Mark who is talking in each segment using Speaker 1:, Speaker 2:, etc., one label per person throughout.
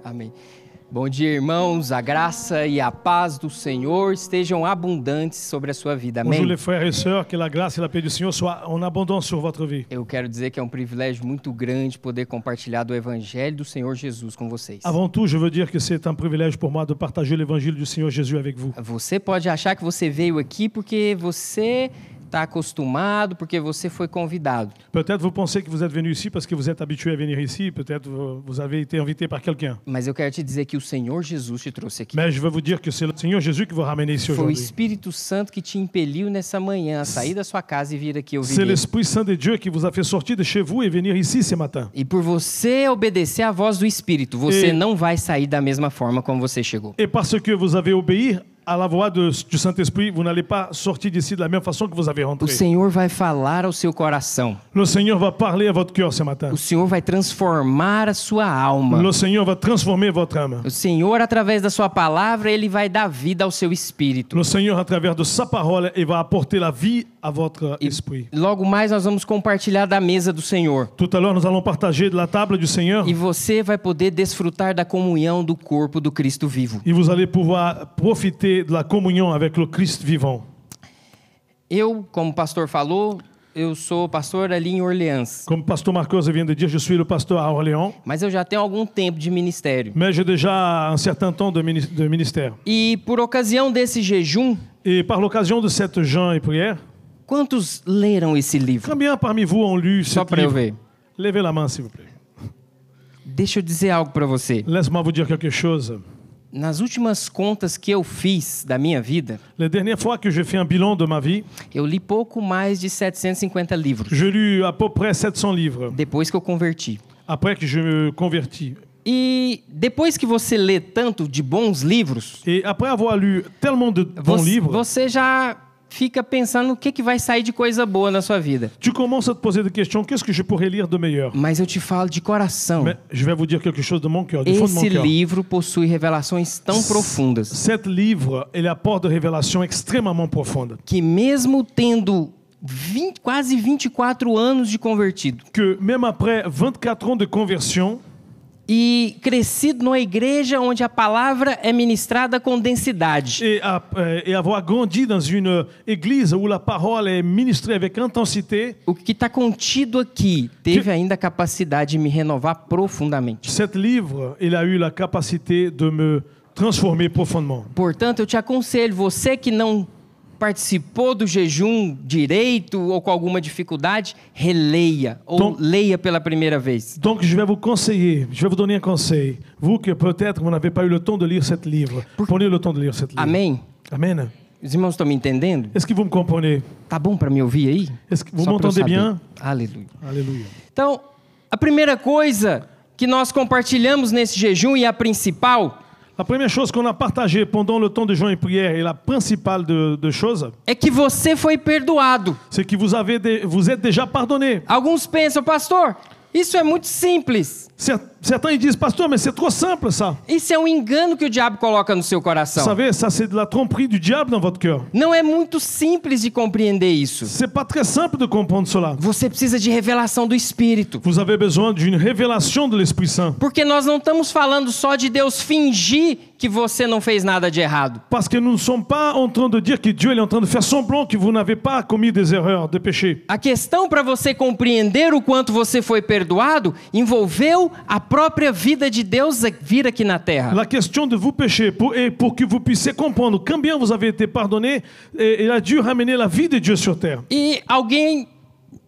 Speaker 1: Tá Bom dia, irmãos. A graça e a paz do Senhor estejam abundantes sobre a sua vida.
Speaker 2: Bonjour
Speaker 1: Amém.
Speaker 2: les frères et sœurs, que la grâce et la paix du Seigneur soient en abondance sur votre vie.
Speaker 1: Eu quero dizer que é um privilégio muito grande poder compartilhar do Evangelho do Senhor Jesus com vocês.
Speaker 2: Avant tout, je veux dire que c'est un privilège pour moi de partager l'évangile du Seigneur Jésus avec vous.
Speaker 1: Você pode achar que você veio aqui porque você está acostumado, porque você foi convidado.
Speaker 2: Peut-être vous pensez que vous êtes venu ici parce que vous êtes habitué à venir ici, peut-être vous vous avez été invité par quelqu'un.
Speaker 1: Mas eu quero te dizer que o Senhor Jesus te trouxe aqui.
Speaker 2: Mais je veux vous dire que c'est le Seigneur Jésus qui vous ramène ici
Speaker 1: Foi o
Speaker 2: aujourd'hui.
Speaker 1: Espírito Santo que te impeliu nessa manhã a sair da sua casa e vir aqui ouvir.
Speaker 2: C'est
Speaker 1: ele.
Speaker 2: l'Esprit Saint de Dieu qui vous a fait sortir de chez vous et venir ici ce matin.
Speaker 1: E por você obedecer à voz do Espírito, você
Speaker 2: E-
Speaker 1: não vai sair da mesma forma como você chegou.
Speaker 2: Et parce que vous avez obéi à la voix de- du Saint-Esprit, vous n'allez pas sortir d'ici de la même façon que vous avez
Speaker 1: O
Speaker 2: rentré.
Speaker 1: Senhor vai falar ao seu coração.
Speaker 2: Le Seigneur va parler à votre cœur ce matin.
Speaker 1: O Senhor vai transformar a sua alma.
Speaker 2: Le Seigneur va transformer votre âme.
Speaker 1: O Senhor, através da sua palavra, ele vai dar vida ao seu espírito.
Speaker 2: Le Seigneur, à travers de sa parole, il va apporter la vie à votre esprit.
Speaker 1: Logo mais nós vamos compartilhar da mesa do Senhor.
Speaker 2: Tout à l'heure, nous allons partager de la table du Seigneur
Speaker 1: E você vai poder desfrutar da comunhão do corpo do Cristo vivo.
Speaker 2: et vous allez pouvoir profiter de la communion avec le Christ vivant.
Speaker 1: Eu, como o pastor falou, eu sou pastor ali em Orleans.
Speaker 2: Comme Pasteur Marcos vient de dire, je suis le pasteur à Orléans,
Speaker 1: Mas eu já tenho algum tempo de ministério.
Speaker 2: mais j'ai déjà un certain temps de mini- de ministère.
Speaker 1: E por ocasião desse jejum,
Speaker 2: Et par l'occasion de cette jeûne et prière,
Speaker 1: quantos leram esse livro?
Speaker 2: combien parmi vous ont lu ce
Speaker 1: Só para eu
Speaker 2: livre
Speaker 1: ver.
Speaker 2: Levez la main, s'il vous plaît.
Speaker 1: Deixa eu dizer algo para você.
Speaker 2: Laisse-moi vous dire quelque chose.
Speaker 1: Nas últimas contas que eu fiz da minha vida,
Speaker 2: La dernière fois que j'ai fait un bilan de ma vie,
Speaker 1: eu li pouco mais de 750 livros,
Speaker 2: j'ai lu à peu près 700 livres
Speaker 1: depois que eu converti.
Speaker 2: après que je me convertis.
Speaker 1: E depois que você lê tanto de bons livres,
Speaker 2: Et après avoir lu tellement de bons
Speaker 1: você,
Speaker 2: livres,
Speaker 1: você já fica pensando o que, que vai sair de coisa boa na sua vida.
Speaker 2: tu commences à te poser des questions. Qu'est-ce que je pourrais lire de meilleur
Speaker 1: Mas eu te falo de coração,
Speaker 2: Mais je vais vous dire quelque chose de mon cœur, du fond de mon
Speaker 1: esse
Speaker 2: cœur.
Speaker 1: livro possui revelações tão profundas
Speaker 2: Cet livre, il apporte des révélations extrêmement profondes.
Speaker 1: que mesmo tendo 20, quase 24 anos de convertido,
Speaker 2: Que même après 24 ans de conversion
Speaker 1: e crescido numa igreja onde a palavra é ministrada com densidade.
Speaker 2: et, à- euh, et avoir grandi dans une église où la parole est ministrée avec intensité,
Speaker 1: O que está contido aqui teve ainda a capacidade de me renovar profundamente.
Speaker 2: cet livre, il a eu la capacité de me transformer profondément.
Speaker 1: Portanto, eu te aconselho, você que não participou do jejum direito ou com alguma dificuldade, releia ou
Speaker 2: Tom-
Speaker 1: leia pela primeira vez.
Speaker 2: Donc, je vais vous conseiller, je vais vous donner un conseil. Vous que peut-être vous n'avez pas eu le temps de lire cette livre, prenez le temps de lire cette livre.
Speaker 1: Amém?
Speaker 2: Amen.
Speaker 1: Os irmãos estão me entendendo?
Speaker 2: Est-ce que vous me comprenez
Speaker 1: Tá bom para me ouvir aí?
Speaker 2: Est-ce que vous
Speaker 1: Só pra eu
Speaker 2: m'entendez
Speaker 1: saber.
Speaker 2: bien
Speaker 1: Aleluia.
Speaker 2: Alléluia.
Speaker 1: Então, a primeira coisa que nós compartilhamos nesse jejum e a principal
Speaker 2: La première chose qu'on a partagée pendant le temps de jeûne et prière et la principale de, de choses,
Speaker 1: é que você foi perdoado.
Speaker 2: c'est que vous, avez dé- vous êtes déjà pardonné.
Speaker 1: Alguns pensam, pastor, isso é muito simples.
Speaker 2: Cer- Certains ils disent, pasteur, mais c'est trop simple ça.
Speaker 1: Isso é um engano que o diabo coloca no seu
Speaker 2: Vous
Speaker 1: coração.
Speaker 2: savez, ça c'est de la tromperie du diable dans votre cœur.
Speaker 1: Não é muito simples de compreender isso.
Speaker 2: C'est pas très simple de comprendre cela.
Speaker 1: Você precisa de revelação do Espírito.
Speaker 2: Vous avez besoin d'une révélation de l'Esprit Saint.
Speaker 1: Porque nós não estamos falando só de Deus fingir que você não fez nada de errado.
Speaker 2: Parce que nous ne sommes pas en train de dire que Dieu il est en train de faire semblant que vous n'avez pas commis des erreurs, des péchés.
Speaker 1: A questão para você compreender o quanto você foi perdoado envolveu a própria vida de Deus a- vir aqui na terra.
Speaker 2: La question de vous pécher, pour, et pour que vous puissiez comprendre combien vous avez été pardonné, et il a dû ramener la vie de Dieu sur terre.
Speaker 1: E alguém,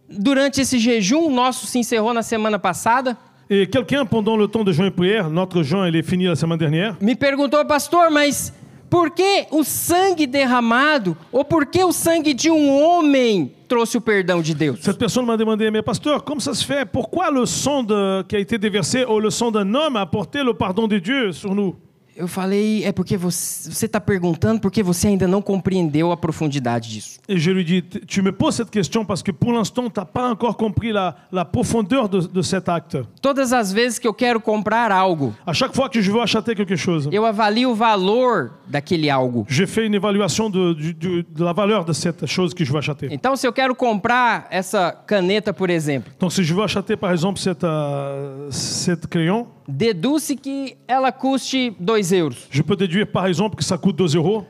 Speaker 1: durante esse jejum, nosso se encerrou na semana passada,
Speaker 2: Et quelqu'un, pendant le temps de jeûne et prière, notre jeûne, il est fini la semaine dernière,
Speaker 1: me perguntou, pastor, mas por que o sangue derramado, ou por que o sangue de um homem trouxe o perdão de Deus?
Speaker 2: cette personne m'a demandé, mais pasteur, comment ça se fait Pourquoi le sang de- qui a été déversé ou le sang d'un homme a porté le pardon de Dieu sur nous
Speaker 1: Eu falei, é porque você está perguntando porque você ainda não compreendeu a profundidade disso.
Speaker 2: Et je lui dis, tu me poses cette question parce que pour l'instant, tu n'as pas encore compris la, la profondeur de- de cet acte.
Speaker 1: Todas as vezes que eu quero comprar algo,
Speaker 2: À chaque fois que je veux acheter quelque chose,
Speaker 1: eu avalio o valor daquele algo.
Speaker 2: je fais une évaluation de, du- du- de la valeur de cette chose que je veux acheter.
Speaker 1: Então, se eu quero comprar essa caneta, por exemplo,
Speaker 2: Donc, si je veux acheter, par exemple, cette, euh, cette crayon,
Speaker 1: deduz-se que ela custe 2 euros.
Speaker 2: Je peux déduire par exemple que ça coûte 2 euros.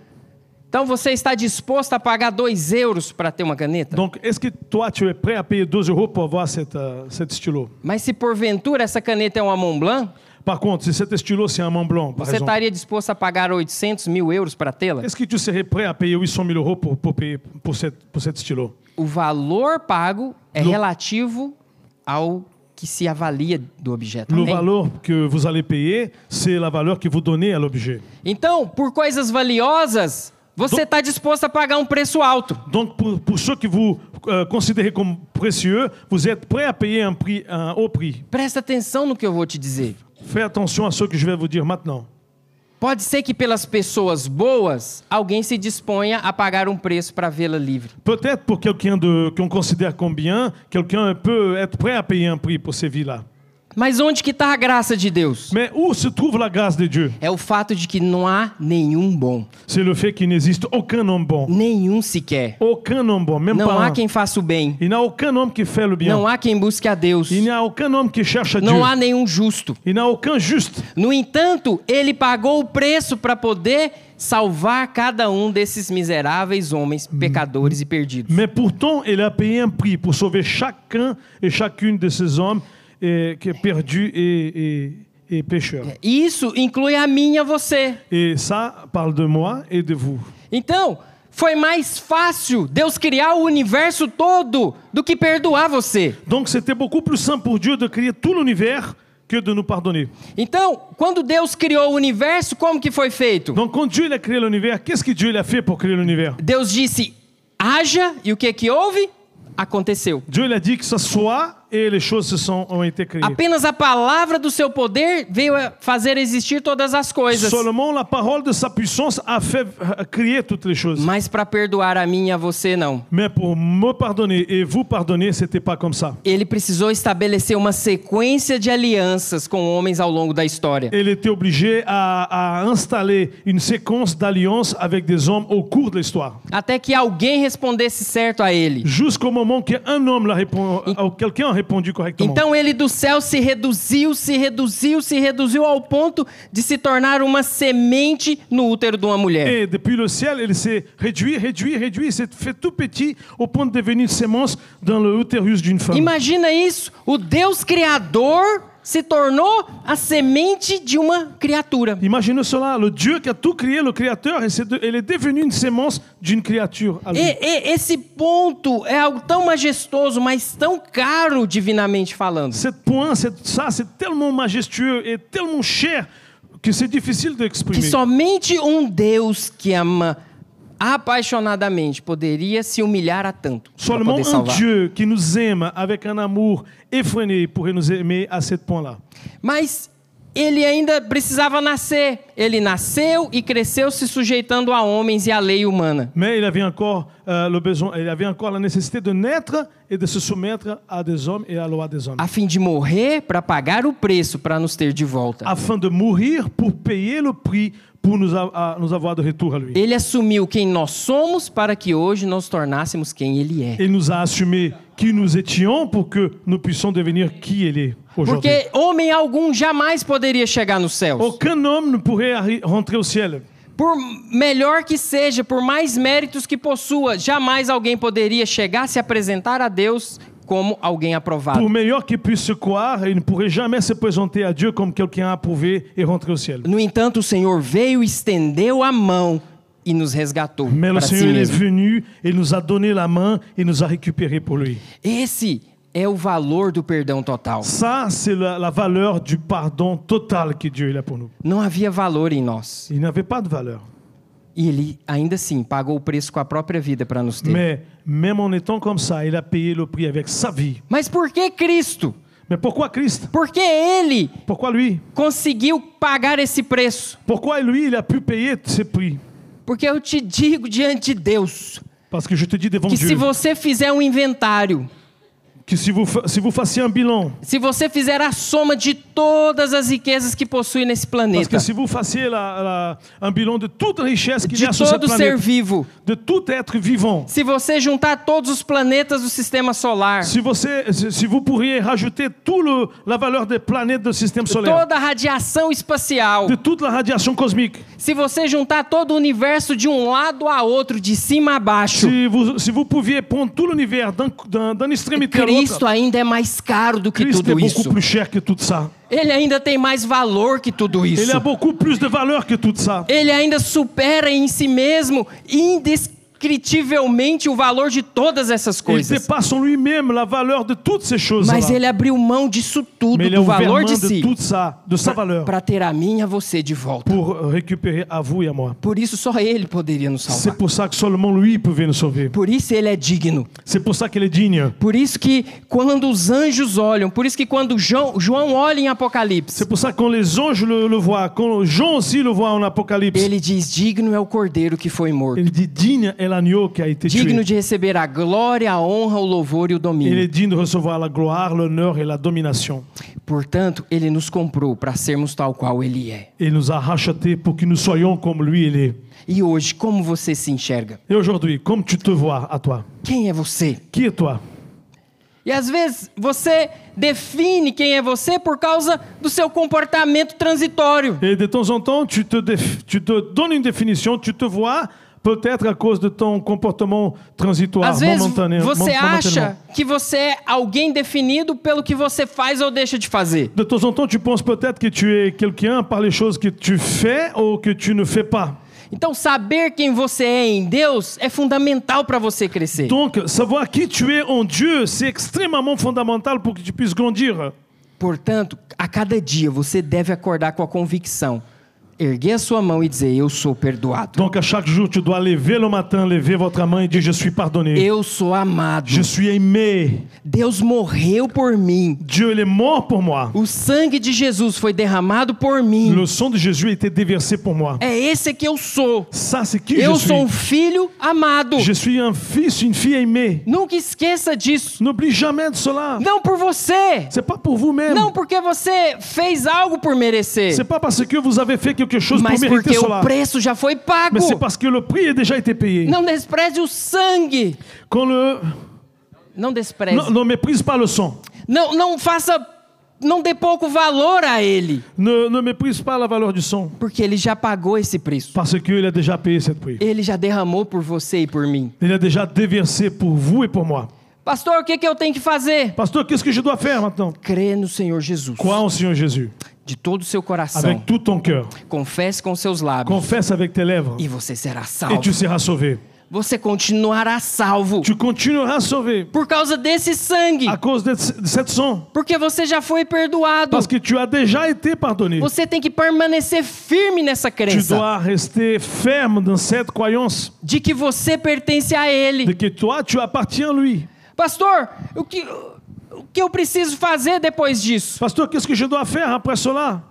Speaker 1: Então você está disposto a pagar 2 euros para ter uma caneta?
Speaker 2: Donc est-ce que toi tu es prêt à payer 2 euros pour avoir cette, euh, cette stylo
Speaker 1: Mas se porventura essa caneta é uma Montblanc,
Speaker 2: Par contre, si cet stylo c'est un Mont Blanc par
Speaker 1: você
Speaker 2: exemple,
Speaker 1: estaria disposto a pagar 800 mil euros para tê-la?
Speaker 2: est-ce que tu serais prêt à payer 800 000 euros pour, pour, payer, pour, cette, pour cette stylo
Speaker 1: O valor pago é
Speaker 2: No-
Speaker 1: relativo ao que se avalia do objeto.
Speaker 2: Le
Speaker 1: Amém?
Speaker 2: valeur que vous allez payer, c'est la valeur que vous donnez à l'objet.
Speaker 1: Então, por coisas valiosas, você está disposto a pagar um preço alto.
Speaker 2: Donc, pour, pour ceux que vous euh, considérez comme précieux, vous êtes prêt à payer un, prix, un haut prix.
Speaker 1: Presta atenção no que eu vou te dizer.
Speaker 2: Fais attention à ce que je vais vous dire maintenant.
Speaker 1: Pode ser que pelas pessoas boas, alguém se disponha a pagar um preço para vê-la livre.
Speaker 2: Peut-être pour quelqu'un de- qu'on considère comme bien, quelqu'un peut être prêt à payer un prix pour ces vies-là.
Speaker 1: Mas onde que está a graça de Deus?
Speaker 2: Mais où se trouve la grâce de Dieu
Speaker 1: É o fato de que não há nenhum bom,
Speaker 2: C'est le fait qu'il n'existe aucun homme bon.
Speaker 1: nenhum sequer.
Speaker 2: Aucun homme bon, même
Speaker 1: Não
Speaker 2: pas
Speaker 1: há
Speaker 2: un.
Speaker 1: quem faça o bem,
Speaker 2: Il n'y a aucun homme qui fait le bien.
Speaker 1: não há quem busque a Deus,
Speaker 2: Il n'y a aucun homme qui cherche à Dieu.
Speaker 1: não há nenhum justo.
Speaker 2: Il n'y a aucun juste.
Speaker 1: No entanto, ele pagou o preço para poder salvar cada um desses miseráveis homens pecadores e perdidos.
Speaker 2: Mais pourtant, il a payé un prix pour sauver chacun et chacune de ces homens eh, qui est perdu et, et- et pécheur.
Speaker 1: Isso inclui a mim e a você.
Speaker 2: Et ça parle de moi et de vous.
Speaker 1: Então, foi mais fácil Deus criar o universo todo do que perdoar você.
Speaker 2: Donc c'était beaucoup plus simple pour Dieu de créer tout l'univers que de nous pardonner.
Speaker 1: Então, quando Deus criou o universo, como que foi feito?
Speaker 2: Donc quand Dieu il a créé l'univers, qu'est-ce que Dieu il a fait pour créer l'univers
Speaker 1: Deus disse: haja, e o que que houve? Aconteceu.
Speaker 2: Dieu il a dit que ça soit et les choses se sont, ont été créées.
Speaker 1: Apenas a palavra do seu poder veio a fazer existir todas as coisas.
Speaker 2: Seulement la parole de sa puissance a fait euh, créer toutes les choses.
Speaker 1: Mas para perdoar a mim e a você, não.
Speaker 2: Mais pour me pardonner et vous pardonner, c'était pas comme ça.
Speaker 1: Ele precisou estabelecer uma sequência de alianças com homens ao longo da história.
Speaker 2: Elle était obligée à, à installer une séquence d'alliances avec des hommes au cours de l'histoire.
Speaker 1: Até que alguém respondesse certo a ele.
Speaker 2: Jusqu'au moment qu'un homme l'a répon- euh, quelqu'un a répondu correctement.
Speaker 1: Então ele do céu se reduziu, se reduziu, se reduziu ao ponto de se tornar uma semente no útero de uma mulher.
Speaker 2: Et depuis le ciel, elle s'est réduite, réduite, réduite, s'est fait tout petit au point de devenir semence dans le utérus d'une femme.
Speaker 1: Imagina isso, o Deus criador se tornou a semente de uma criatura.
Speaker 2: Imaginez cela, le Dieu qui a tout créé, le Créateur, et c'est de- elle est devenue une semence d'une créature. à lui.
Speaker 1: E- e- esse ponto é algo tão majestoso, mas tão caro divinamente falando.
Speaker 2: Cet point, cette- ça, c'est tellement majestueux et tellement cher que c'est difficile
Speaker 1: que
Speaker 2: d'exprimer.
Speaker 1: somente um Deus que ama apaixonadamente poderia se humilhar a tanto. pra
Speaker 2: Seulement
Speaker 1: poder
Speaker 2: un
Speaker 1: salvar.
Speaker 2: Dieu qui nous aime avec un amour effréné pourrait nous aimer à ce point-là.
Speaker 1: Mas ele ainda precisava nascer. Ele nasceu e cresceu se sujeitando a homens e à lei humana.
Speaker 2: Mais il avait encore euh, le besoin, il avait encore la nécessité de naître et de se soumettre à des hommes et à la loi des hommes,
Speaker 1: A fim de morrer para pagar o preço para nos ter de volta.
Speaker 2: afin de mourir pour payer le prix pour nous, a- à- nous avoir de retour à lui.
Speaker 1: Ele assumiu quem nós somos para que hoje nos tornássemos quem ele é.
Speaker 2: Il nous a assumé qui nous étions pour que nous puissions devenir qui il est aujourd'hui.
Speaker 1: Porque homem algum jamais poderia chegar nos céus.
Speaker 2: Aucun homme ne pourrait arri- rentrer au ciel.
Speaker 1: Por melhor que seja, por mais méritos que possua, jamais alguém poderia chegar a se apresentar a Deus como alguém aprovado.
Speaker 2: Pour meilleur qu'il puisse se croire, il ne pourrait jamais se présenter à Dieu comme quelqu'un approuvé et rentrer au ciel.
Speaker 1: No entanto, o Senhor veio, estendeu a mão e nos resgatou
Speaker 2: Mais le
Speaker 1: para si
Speaker 2: Seigneur il est
Speaker 1: mesmo.
Speaker 2: venu et nous a donné la main et nous a récupérés pour lui.
Speaker 1: Esse é o valor do perdão total.
Speaker 2: Ça, c'est la, la valeur du pardon total que Dieu il a pour nous.
Speaker 1: Não havia valor em nós.
Speaker 2: Il n'avait pas de valeur.
Speaker 1: E ele, ainda assim, pagou o preço com a própria vida para nos ter.
Speaker 2: Mais même en étant comme ça, il a payé le prix avec sa vie.
Speaker 1: Mas por que Cristo?
Speaker 2: Mais pourquoi Christ
Speaker 1: Por que ele
Speaker 2: Pourquoi lui
Speaker 1: conseguiu pagar esse preço?
Speaker 2: Pourquoi lui, il a pu payer ce prix
Speaker 1: Porque eu te digo diante de Deus,
Speaker 2: Parce que je te dis devant
Speaker 1: que se
Speaker 2: Dieu,
Speaker 1: você fizer um inventário
Speaker 2: que si vous, fa- si vous fassiez un bilan,
Speaker 1: Se você fizer a soma de todas as riquezas que possui nesse
Speaker 2: parce
Speaker 1: planeta,
Speaker 2: que si vous fassiez la- la- un bilan de toute richesse qu'il y
Speaker 1: de
Speaker 2: a sur cette
Speaker 1: todo ser
Speaker 2: planète,
Speaker 1: vivo,
Speaker 2: de tout être vivant,
Speaker 1: se você juntar todos os planetas do sistema solar,
Speaker 2: si, você, si si vous pourriez rajouter tout le- la valeur des planètes du système solaire,
Speaker 1: toda a radiação espacial,
Speaker 2: de toute la radiation cosmique,
Speaker 1: se você juntar todo o universo de um lado a outro, de cima a baixo,
Speaker 2: si vous, si vous pouviez prendre tout l'univers d'un- d'un d'un extrémité à
Speaker 1: Cristo
Speaker 2: l'autre,
Speaker 1: ainda é mais caro do que
Speaker 2: Christ est
Speaker 1: tudo
Speaker 2: beaucoup
Speaker 1: isso.
Speaker 2: plus cher que tout ça.
Speaker 1: Ele ainda tem mais valor que tudo
Speaker 2: Il
Speaker 1: isso.
Speaker 2: a beaucoup plus de valeur que tout ça.
Speaker 1: Ele ainda supera em si mesmo indescritivelmente o valor de todas essas
Speaker 2: Il
Speaker 1: coisas.
Speaker 2: dépasse en lui-même la valeur de toutes ces choses-là.
Speaker 1: Mas ele abriu mão disso tudo,
Speaker 2: Mais il a
Speaker 1: do
Speaker 2: ouvert
Speaker 1: valor
Speaker 2: main
Speaker 1: de
Speaker 2: é um de
Speaker 1: si,
Speaker 2: tout ça, de sa valeur,
Speaker 1: para ter a minha e a você de volta.
Speaker 2: pour récupérer à vous et à moi.
Speaker 1: Por isso só ele poderia nos
Speaker 2: C'est
Speaker 1: salvar.
Speaker 2: pour ça que seulement lui pouvait nous sauver.
Speaker 1: Por isso ele é digno.
Speaker 2: C'est pour ça qu'il est digne.
Speaker 1: Por isso que quando os anjos olham, por isso que quando João, João olha em Apocalipse,
Speaker 2: C'est pour ça que quand les anges le, le voient, quand Jean aussi le voit en Apocalypse,
Speaker 1: ele diz: Digno é o cordeiro que foi morto.
Speaker 2: il dit digne est l'agneau qui a été
Speaker 1: Digno
Speaker 2: tué.
Speaker 1: de receber a glória, a honra, o louvor e o
Speaker 2: Il
Speaker 1: domínio.
Speaker 2: est digne de recevoir la gloire, l'honneur et la domination.
Speaker 1: Portanto, ele nos comprou para sermos tal qual ele é.
Speaker 2: Et il nous a rachetés pour que nous soyons comme lui il est.
Speaker 1: E hoje, como você se enxerga?
Speaker 2: Et aujourd'hui, comme tu te vois à toi,
Speaker 1: Quem é você?
Speaker 2: qui es toi
Speaker 1: E às vezes você define quem é você por causa do seu comportamento transitório.
Speaker 2: Et de temps en temps, tu te, déf- tu te donnes une définition, tu te vois peut-être à cause de ton comportement transitoire,
Speaker 1: Às vezes
Speaker 2: momentané. mom-
Speaker 1: você
Speaker 2: momentanément.
Speaker 1: acha que você é alguém definido pelo que você faz ou deixa de fazer.
Speaker 2: De temps en temps, tu penses peut-être que tu es quelqu'un par les choses que tu fais ou que tu ne fais pas.
Speaker 1: Então, saber quem você é em Deus é fundamental para você crescer.
Speaker 2: Donc, savoir qui tu es en Dieu, c'est extrêmement fondamental pour que tu puisses grandir.
Speaker 1: Portanto, a cada dia você deve acordar com a convicção, erguer a sua mão e dizer: Eu sou perdoado.
Speaker 2: Donc, à chaque jour, tu dois lever le matin, lever votre main et dire Je suis pardonné.
Speaker 1: Eu sou amado.
Speaker 2: Je suis aimé.
Speaker 1: Deus morreu por mim.
Speaker 2: Dieu, il est mort pour moi.
Speaker 1: O sangue de Jesus foi derramado por mim.
Speaker 2: Le sang de Jésus a été déversé pour moi.
Speaker 1: É esse que eu sou.
Speaker 2: Ça, c'est qui
Speaker 1: Eu
Speaker 2: je suis.
Speaker 1: sou um filho amado.
Speaker 2: Je suis un fils, une fille aimée.
Speaker 1: Nunca esqueça disso.
Speaker 2: N'oublie jamais de cela.
Speaker 1: Não por você.
Speaker 2: C'est pas pour vous-même.
Speaker 1: Não porque você fez algo por
Speaker 2: C'est
Speaker 1: merecer.
Speaker 2: pas parce que vous avez fait quelque chose pour
Speaker 1: Mas
Speaker 2: mériter
Speaker 1: porque
Speaker 2: cela.
Speaker 1: o preço já foi pago.
Speaker 2: Mais c'est parce que le prix a déjà été payé.
Speaker 1: Não despreze o sangue.
Speaker 2: Qu'on le...
Speaker 1: Não despreze.
Speaker 2: Non, ne méprise pas le sang.
Speaker 1: Não, não faça. Não dê pouco valor a ele.
Speaker 2: Ne, ne méprise pas la valeur du sang.
Speaker 1: Porque ele já pagou esse preço.
Speaker 2: Parce qu'il a déjà payé cette prix.
Speaker 1: Ele já derramou por você e por mim.
Speaker 2: Il a déjà déversé pour vous et pour moi.
Speaker 1: Pastor, o que, que eu tenho que fazer?
Speaker 2: Pasteur, qu'est-ce que je dois faire maintenant
Speaker 1: Crê no Senhor Jesus.
Speaker 2: Crois en Seigneur Jésus.
Speaker 1: De todo o seu coração.
Speaker 2: Avec tout ton cœur.
Speaker 1: Confesse com seus lábios.
Speaker 2: Confesse avec tes lèvres.
Speaker 1: E você será
Speaker 2: Et
Speaker 1: salvo.
Speaker 2: tu seras sauvé.
Speaker 1: Você continuará salvo.
Speaker 2: Tu continueras sauvé
Speaker 1: Por causa desse sangue.
Speaker 2: à cause de de cette sang.
Speaker 1: Porque você já foi perdoado.
Speaker 2: Parce que tu as déjà été pardonné.
Speaker 1: Você tem que permanecer firme nessa
Speaker 2: Tu
Speaker 1: crença.
Speaker 2: dois rester ferme dans cette croyance
Speaker 1: De que você pertence a
Speaker 2: de
Speaker 1: Ele.
Speaker 2: que toi, tu appartiens à lui.
Speaker 1: Pastor, o que, o que eu preciso fazer depois disso?
Speaker 2: Pasteur, qu'est-ce que je dois faire après cela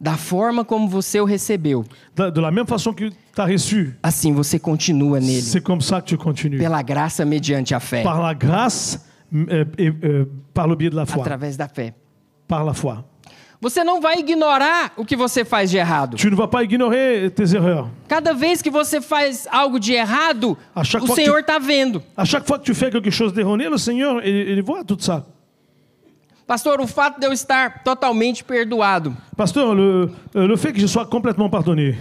Speaker 1: Da forma como você o recebeu.
Speaker 2: De, de la même façon que tu as reçu,
Speaker 1: Assim você continua nele.
Speaker 2: c'est comme ça que tu continues.
Speaker 1: Pela graça mediante a fé.
Speaker 2: Par la grâce euh, et euh, par le biais de la foi.
Speaker 1: Através da fé.
Speaker 2: Par la foi.
Speaker 1: Você não vai ignorar o que você faz de errado.
Speaker 2: Tu ne vas pas ignorer tes erreurs.
Speaker 1: Cada vez que você faz algo de errado,
Speaker 2: Achar
Speaker 1: o
Speaker 2: qual-
Speaker 1: Senhor está vendo.
Speaker 2: À chaque fois que tu fais quelque chose d'erroné, le Seigneur, il, il voit tout ça.
Speaker 1: Pastor, o fato de eu estar totalmente perdoado.
Speaker 2: Pasteur, le, euh, le fait que je sois complètement pardonné,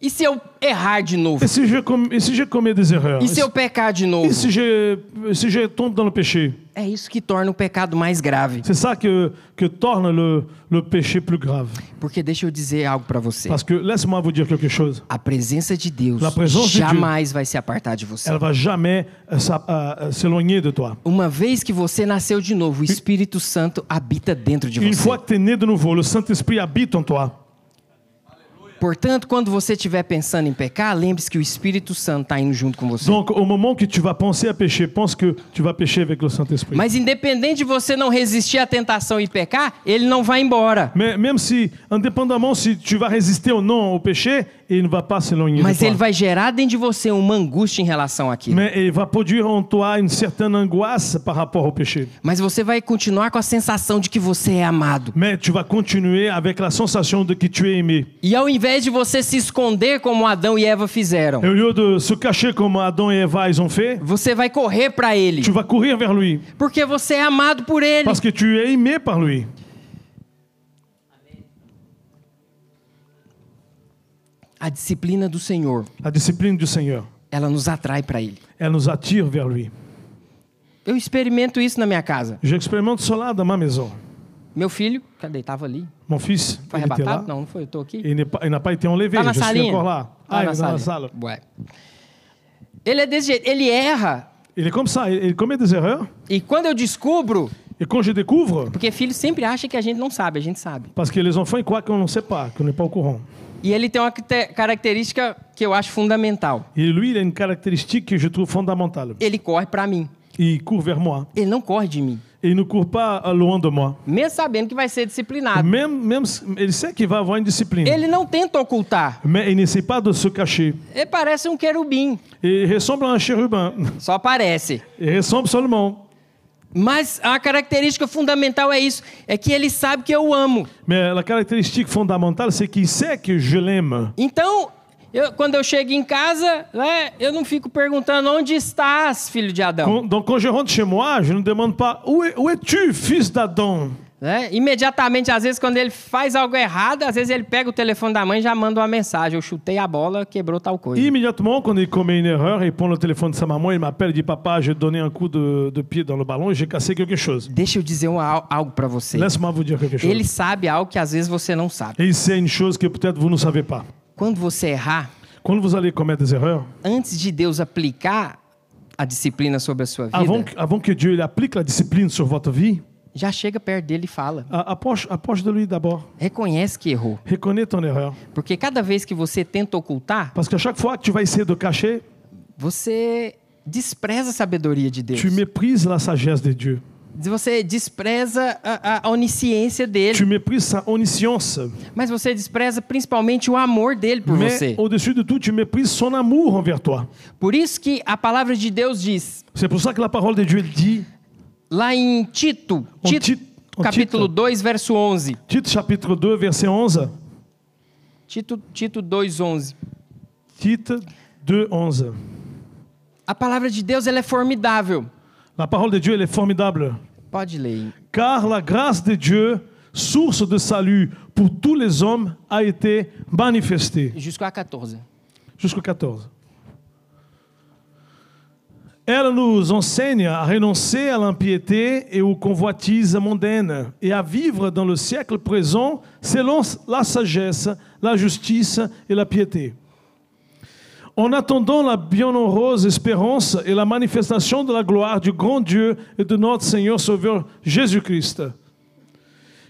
Speaker 1: E se eu errar de novo?
Speaker 2: et si je, com- et si je commets des erreurs,
Speaker 1: E se eu pecar de
Speaker 2: et
Speaker 1: novo?
Speaker 2: si je, si je tombe dans le péché,
Speaker 1: É isso que torna o pecado mais grave.
Speaker 2: C'est ça que, que torne le, le péché plus grave.
Speaker 1: Porque deixa eu dizer algo para você.
Speaker 2: Parce que laisse-moi vous dire quelque chose.
Speaker 1: A presença de Deus
Speaker 2: La présence de
Speaker 1: jamais vai se apartar de você.
Speaker 2: Elle va jamais euh, s'a- euh, euh, s'éloigner de toi.
Speaker 1: Uma vez que você nasceu de novo, o Espírito Santo habita dentro de
Speaker 2: Une
Speaker 1: você.
Speaker 2: fois que tu es né de nouveau, le Saint-Esprit habite en toi.
Speaker 1: Portanto, quando você estiver pensando em pecar, lembre-se que o Espírito Santo está indo junto com você.
Speaker 2: Donc au moment que tu vas penser à pécher, pense que tu vas pécher avec le Saint-Esprit.
Speaker 1: Mas independente de você não resistir à tentação e pecar, ele não vai embora.
Speaker 2: Mais même si, indépendamment si tu vas résister ou non au péché, et il ne va pas s'éloigner de
Speaker 1: Mas
Speaker 2: toi.
Speaker 1: ele vai gerar dentro de você uma angústia em relação àquilo.
Speaker 2: Mais il va produire en toi une certaine angoisse par rapport au péché.
Speaker 1: Mas você vai continuar com a sensação de que você é amado.
Speaker 2: Mais tu vas continuer avec la sensation de que tu es aimé.
Speaker 1: E ao invés de você se esconder como Adão e Eva fizeram,
Speaker 2: Et au lieu de se cacher comme Adam et Eva ils ont fait,
Speaker 1: você vai correr para ele,
Speaker 2: tu vas courir vers lui
Speaker 1: porque você é amado por ele.
Speaker 2: parce que tu es aimé par lui.
Speaker 1: A disciplina do Senhor,
Speaker 2: La discipline du Seigneur,
Speaker 1: ela nos atrai para ele.
Speaker 2: elle nous attire vers lui.
Speaker 1: Eu experimento isso na minha casa.
Speaker 2: J'expérimente cela dans ma maison.
Speaker 1: Meu filho, cadê? Tava ali.
Speaker 2: Mon fils,
Speaker 1: Foi
Speaker 2: il était là.
Speaker 1: arrebatado? Não, não foi. Eu tô aqui.
Speaker 2: Il n'est pas- il n'a pas été enlevé.
Speaker 1: Tá na
Speaker 2: Je suis
Speaker 1: salinha?
Speaker 2: encore là.
Speaker 1: Tá
Speaker 2: Ah, il
Speaker 1: na
Speaker 2: est dans la
Speaker 1: salinha.
Speaker 2: salle.
Speaker 1: Ué. Ele é desse jeito. Ele erra.
Speaker 2: Il est comme ça. Il, il commet des erreurs.
Speaker 1: E quando eu descubro,
Speaker 2: Et quand je découvre,
Speaker 1: porque filho sempre acha que a gente não sabe, a gente sabe.
Speaker 2: parce que les enfants ils croient qu'on ne sait pas, qu'on n'est pas au courant.
Speaker 1: E ele tem uma cate- característica que eu acho fundamental.
Speaker 2: Et lui, il a une caractéristique que je trouve fondamentale.
Speaker 1: Ele corre pra mim.
Speaker 2: Il court vers moi.
Speaker 1: Ele não corre de mim.
Speaker 2: Et il ne court pas euh, loin de moi.
Speaker 1: Mesmo sabendo que vai ser disciplinado.
Speaker 2: Même, même, il sait qu'il va avoir une discipline.
Speaker 1: Ele não tenta ocultar.
Speaker 2: Mais il n'essaie pas de se cacher.
Speaker 1: Ele parece um querubim.
Speaker 2: Et il ressemble à un chérubin.
Speaker 1: Só aparece.
Speaker 2: Il ressemble seulement.
Speaker 1: Mas a característica fundamental é isso. É que ele sabe que eu amo.
Speaker 2: Mais la caractéristique fondamentale, c'est qu'il sait que je l'aime.
Speaker 1: Então, eu- quando eu chego em casa, né, eu não fico perguntando onde estás, filho de Adão.
Speaker 2: Quand- Donc quand je rentre chez moi, je ne demande pas où, est- où es-tu, fils d'Adam
Speaker 1: né? Imediatamente, às vezes, quando ele faz algo errado, às vezes ele pega o telefone da mãe e já manda uma mensagem. Eu chutei a bola, quebrou tal coisa.
Speaker 2: Immédiatement, quand il commet une erreur, il prend le téléphone de sa maman, il m'appelle, il dit Papa, j'ai donné un coup de, de pied dans le ballon et j'ai cassé quelque chose.
Speaker 1: Deixa eu dizer um al- algo pra você.
Speaker 2: Laisse-moi vous dire quelque chose.
Speaker 1: Ele sabe algo que às vezes você não sabe.
Speaker 2: Et il sait une chose que peut-être vous ne savez pas.
Speaker 1: Quando você errar,
Speaker 2: Quand vous allez commettre des erreurs,
Speaker 1: antes de Deus aplicar a disciplina sobre a sua vida,
Speaker 2: avant, que- avant que Dieu il applique la discipline sur votre vie,
Speaker 1: já chega perto dele e fala.
Speaker 2: a- approche, approche de lui d'abord.
Speaker 1: Reconhece que errou.
Speaker 2: Reconnais ton erreur.
Speaker 1: Porque cada vez que você tenta ocultar,
Speaker 2: Parce qu'à chaque fois que tu vas essayer de cacher,
Speaker 1: Você despreza a sabedoria de Deus.
Speaker 2: tu méprises la sagesse de Dieu.
Speaker 1: Você despreza a, a- a onisciência dele.
Speaker 2: Tu méprises sa omniscience.
Speaker 1: Mas você despreza principalmente o amor dele por
Speaker 2: Mais
Speaker 1: você.
Speaker 2: au-dessus de tout, tu méprises son amour envers toi.
Speaker 1: Por isso que a palavra de Deus diz,
Speaker 2: C'est pour ça que la parole de Dieu dit,
Speaker 1: lá em Tito,
Speaker 2: Em
Speaker 1: Tito,
Speaker 2: Tito, em
Speaker 1: capítulo
Speaker 2: Tito.
Speaker 1: 2, verso 11.
Speaker 2: Tite chapitre 2, verset 11.
Speaker 1: Tito, Tito 2, 11.
Speaker 2: Tite 2, 11.
Speaker 1: A palavra de Deus ela é formidável.
Speaker 2: La parole de Dieu, elle est formidable.
Speaker 1: Pode ler.
Speaker 2: Car la grâce de Dieu, source de salut pour tous les hommes, a été manifestée.
Speaker 1: Jusqu'à 14.
Speaker 2: Jusqu'au 14. Elle nous enseigne à renoncer à l'impiété et aux convoitises mondaines et à vivre dans le siècle présent selon la sagesse, la justice et la piété. En attendant la bienheureuse espérance et la manifestation de la gloire du grand Dieu et de notre Seigneur Sauveur Jésus-Christ,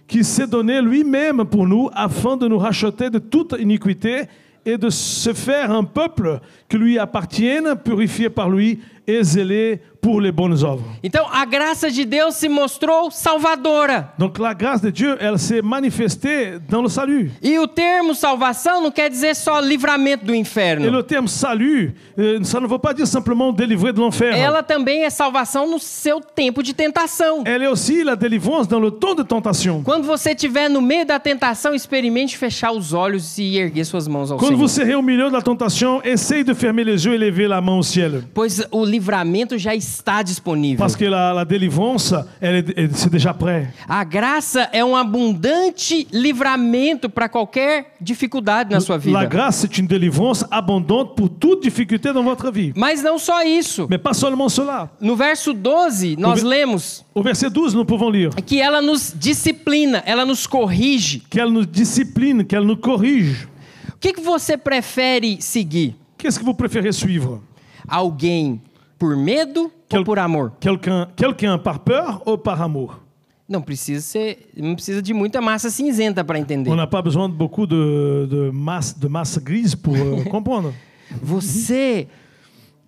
Speaker 2: qui s'est donné lui-même pour nous afin de nous racheter de toute iniquité et de se faire un peuple qui lui appartienne, purifié par lui et zélé pour les bonnes œuvres.
Speaker 1: Então, a graça de Deus se mostrou salvadora.
Speaker 2: Donc la grâce de Dieu, elle s'est manifestée dans le salut.
Speaker 1: E o termo salvação não quer dizer só livramento do inferno.
Speaker 2: Et le terme salut, euh, ça ne veut pas dire simplement délivrer de l'enfer.
Speaker 1: Ela também é salvação no seu tempo de tentação.
Speaker 2: Elle est aussi la délivrance dans le temps de tentation.
Speaker 1: Quando você estiver no meio da tentação, experimente fechar os olhos e erguer suas mãos ao
Speaker 2: Quand vous
Speaker 1: Senhor.
Speaker 2: serez au milieu de la tentation, essayez de fermer les yeux et lever la main au ciel.
Speaker 1: Pois o livramento já está disponível.
Speaker 2: Parce que la, la délivrance, elle est- elle- c'est déjà prêt.
Speaker 1: A graça é um abundante livramento para qualquer dificuldade na sua
Speaker 2: La
Speaker 1: vida.
Speaker 2: grâce, c'est une délivrance abondante pour toute difficulté dans votre vie.
Speaker 1: Mas não só isso.
Speaker 2: Mais pas seulement cela.
Speaker 1: No verso 12, nós lemos
Speaker 2: Au verset 12, nous pouvons lire
Speaker 1: que ela nos disciplina, ela nos corrige.
Speaker 2: qu'elle nous discipline, qu'elle nous corrige.
Speaker 1: O que, que você prefere seguir?
Speaker 2: Qu'est-ce que vous préférez suivre
Speaker 1: Alguém por medo ou
Speaker 2: Quel-
Speaker 1: por amor?
Speaker 2: Quelqu'un quelqu'un par peur ou par amour
Speaker 1: Não precisa ser, não precisa de muita massa cinzenta para entender.
Speaker 2: On n'a pas besoin de beaucoup de, de masse, de masse grise pour euh, comprendre.
Speaker 1: Você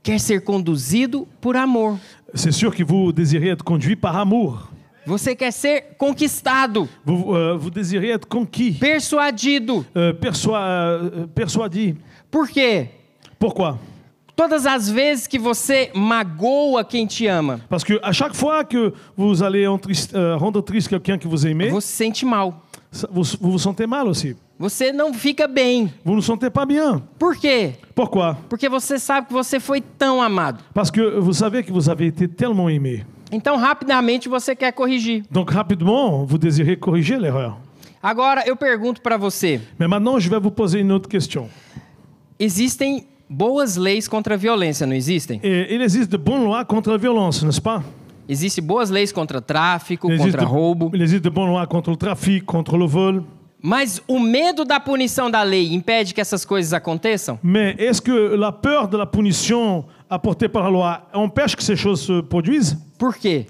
Speaker 1: quer ser conduzido por amor.
Speaker 2: C'est sûr que vous désirez être conduit par amour.
Speaker 1: Você quer ser conquistado,
Speaker 2: Vous, euh, vous désirez être conquis,
Speaker 1: persuadido.
Speaker 2: euh, persuadé. persuadi.
Speaker 1: Por quê?
Speaker 2: Pourquoi
Speaker 1: Todas as vezes que você magoa quem te ama,
Speaker 2: Parce que à chaque fois que vous allez entrist- euh, rendre triste quelqu'un que vous aimez,
Speaker 1: você se sente mal.
Speaker 2: ça- vous, vous vous sentez mal aussi.
Speaker 1: Você não fica bem.
Speaker 2: Vous ne sentez pas bien.
Speaker 1: Por quê?
Speaker 2: Pourquoi
Speaker 1: Porque você sabe que você foi tão amado.
Speaker 2: Parce que vous savez que vous avez été tellement aimé.
Speaker 1: Então, rapidamente, você quer corrigir.
Speaker 2: Donc rapidement, vous désirez corriger l'erreur.
Speaker 1: Agora, eu pergunto para você:
Speaker 2: Mais maintenant, je vais vous poser une autre question.
Speaker 1: existem boas leis contra a violência, não existem?
Speaker 2: Et il existe de bonnes lois contre la violence, n'est-ce pas
Speaker 1: Existem boas leis contra tráfico,
Speaker 2: il existe,
Speaker 1: contra roubo.
Speaker 2: de, il existe de bonnes lois contre le trafic, contre le vol.
Speaker 1: Mas o medo da punição da lei impede que essas coisas aconteçam?
Speaker 2: Mais est-ce que la peur de la punition apportée par la loi empêche que ces choses se produisent
Speaker 1: Por quê?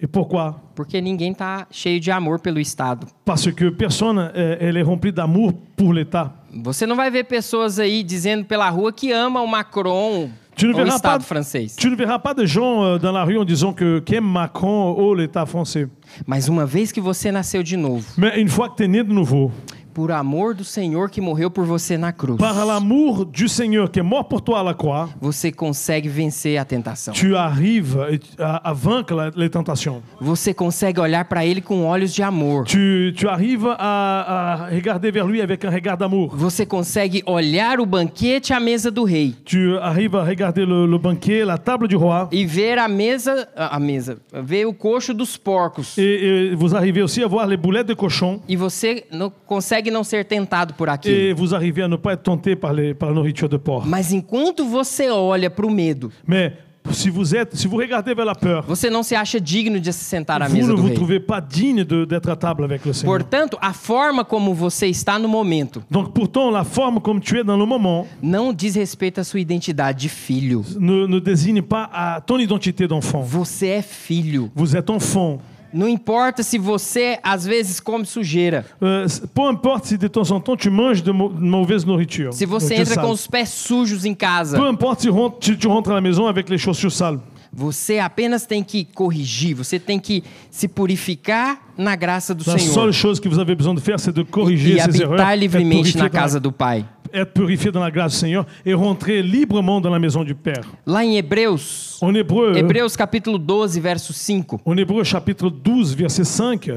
Speaker 2: Et pourquoi
Speaker 1: Porque ninguém tá cheio de amor pelo Estado.
Speaker 2: Parce que personne, euh, elle est remplie d'amour pour l'État.
Speaker 1: Você não vai ver pessoas aí dizendo pela rua que ama o Macron
Speaker 2: Tu ne,
Speaker 1: ou o
Speaker 2: verras pas,
Speaker 1: Estado francês.
Speaker 2: tu ne verras pas de gens euh, dans la rue en disant que qu'aime Macron ou l'État français.
Speaker 1: Mas uma vez que você nasceu de novo,
Speaker 2: Mais une fois que tu es né de nouveau,
Speaker 1: por amor do Senhor que morreu por você na cruz,
Speaker 2: par l'amour du Seigneur qui est mort pour toi à la croix,
Speaker 1: você consegue vencer a tentação.
Speaker 2: tu arrives et tu- à, à vaincre la- les tentations.
Speaker 1: Você consegue olhar para ele com olhos de amor.
Speaker 2: Tu, tu arrives à, à regarder vers lui avec un regard d'amour.
Speaker 1: Você consegue olhar o banquete à mesa do rei
Speaker 2: Tu arrives à regarder le, le banquet, la table du roi.
Speaker 1: e ver a mesa, a a mesa, ver o coxo dos porcos.
Speaker 2: Et, et vous arrivez aussi à voir les boulettes de cochon.
Speaker 1: E você não consegue não ser tentado por aquilo.
Speaker 2: Et vous arrivez à ne pas être tenté par, les, par la nourriture de porc.
Speaker 1: Mas enquanto você olha para o medo,
Speaker 2: Mais si vous, êtes, si vous regardez vers la peur,
Speaker 1: Você não se acha digno de se sentar à
Speaker 2: vous
Speaker 1: mesa
Speaker 2: ne
Speaker 1: do
Speaker 2: vous
Speaker 1: rei.
Speaker 2: trouvez pas digne de- d'être à table avec le Seigneur.
Speaker 1: Portanto, a forma como você está no momento
Speaker 2: Donc pourtant, la forme comme tu es dans le moment
Speaker 1: não diz respeito à sua identidade de filho.
Speaker 2: ne, ne désigne pas à ton identité d'enfant.
Speaker 1: Você é filho.
Speaker 2: Vous êtes enfant.
Speaker 1: Não importa se você às vezes come sujeira,
Speaker 2: Euh, c- peu importe si de temps en temps tu manges de, mau- de mauvaise nourriture.
Speaker 1: se você
Speaker 2: nourriture
Speaker 1: entra
Speaker 2: sale.
Speaker 1: com os pés sujos em casa.
Speaker 2: Peu importe si ron- tu, tu rentres à la maison avec les chaussures sales.
Speaker 1: Você apenas tem que corrigir, você tem que se purificar na graça do
Speaker 2: La
Speaker 1: Senhor
Speaker 2: seule chose que vous avez besoin de faire, c'est de corriger
Speaker 1: e
Speaker 2: ces erreurs,
Speaker 1: habitar
Speaker 2: être
Speaker 1: livremente
Speaker 2: purifié,
Speaker 1: na
Speaker 2: dans la-
Speaker 1: casa do Pai.
Speaker 2: être purifié dans la grâce du Seigneur et rentrer librement dans la maison du Père.
Speaker 1: Lá em Hebreus,
Speaker 2: En hébreu,
Speaker 1: Hebreus capítulo 12, verso 5.
Speaker 2: en hébreu chapitre 12, verset 5,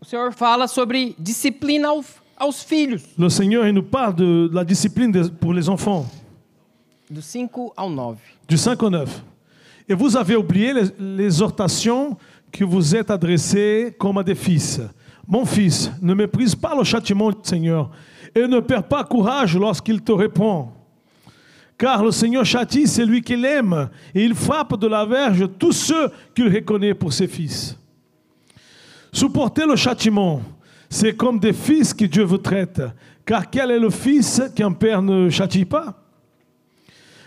Speaker 1: O Senhor fala sobre disciplina ao- aos filhos,
Speaker 2: le Seigneur il nous parle de, de la discipline des- pour les enfants,
Speaker 1: do 5 ao 9.
Speaker 2: du 5 au 9. Et vous avez oublié les, les exhortations que vous êtes adressées comme à des fils. Mon fils, ne méprise pas le châtiment du Seigneur et ne perds pas courage lorsqu'il te répond. Car le Seigneur châtie celui qu'il aime et il frappe de la verge tous ceux qu'il reconnaît pour ses fils. Supporter le châtiment, c'est comme des fils que Dieu vous traite. Car quel est le fils qu'un père ne châtie pas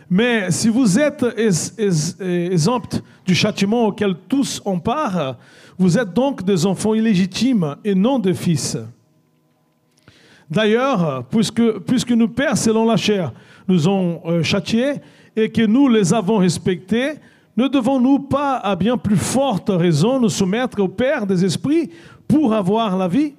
Speaker 2: Mais si vous êtes ex- ex- exempt du châtiment auquel tous ont part, vous êtes donc des enfants illégitimes et non des fils. D'ailleurs, puisque, puisque nos pères, selon la chair, nous ont euh, châtiés et que nous les avons respectés, ne devons-nous pas, à bien plus forte raison, nous soumettre au Père des esprits pour avoir la vie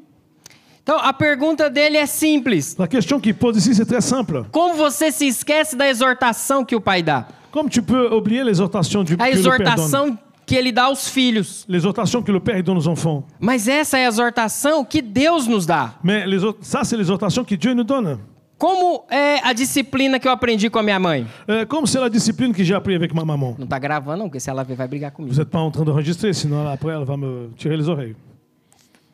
Speaker 1: Então, a pergunta dele é simples.
Speaker 2: La question qu'il pose ici, c'est très simple.
Speaker 1: Como você se esquece da exortação que o pai dá?
Speaker 2: Comme tu peux oublier l'exhortation du que
Speaker 1: A
Speaker 2: le Père donne,
Speaker 1: exortação que ele dá aos filhos.
Speaker 2: l'exhortation que le Père donne aux enfants.
Speaker 1: Mas essa é a exortação que Deus nos dá.
Speaker 2: Mais les autres- ça, c'est l'exhortation que Dieu nous donne.
Speaker 1: Como é a disciplina que eu aprendi com a minha mãe?
Speaker 2: Euh, comme c'est la discipline que j'ai appris avec ma maman.
Speaker 1: Não tá gravando, não, porque se ela ver, vai brigar
Speaker 2: Vous
Speaker 1: comigo.
Speaker 2: n'êtes pas en train d'enregistrer, sinon après, elle va me tirer les oreilles.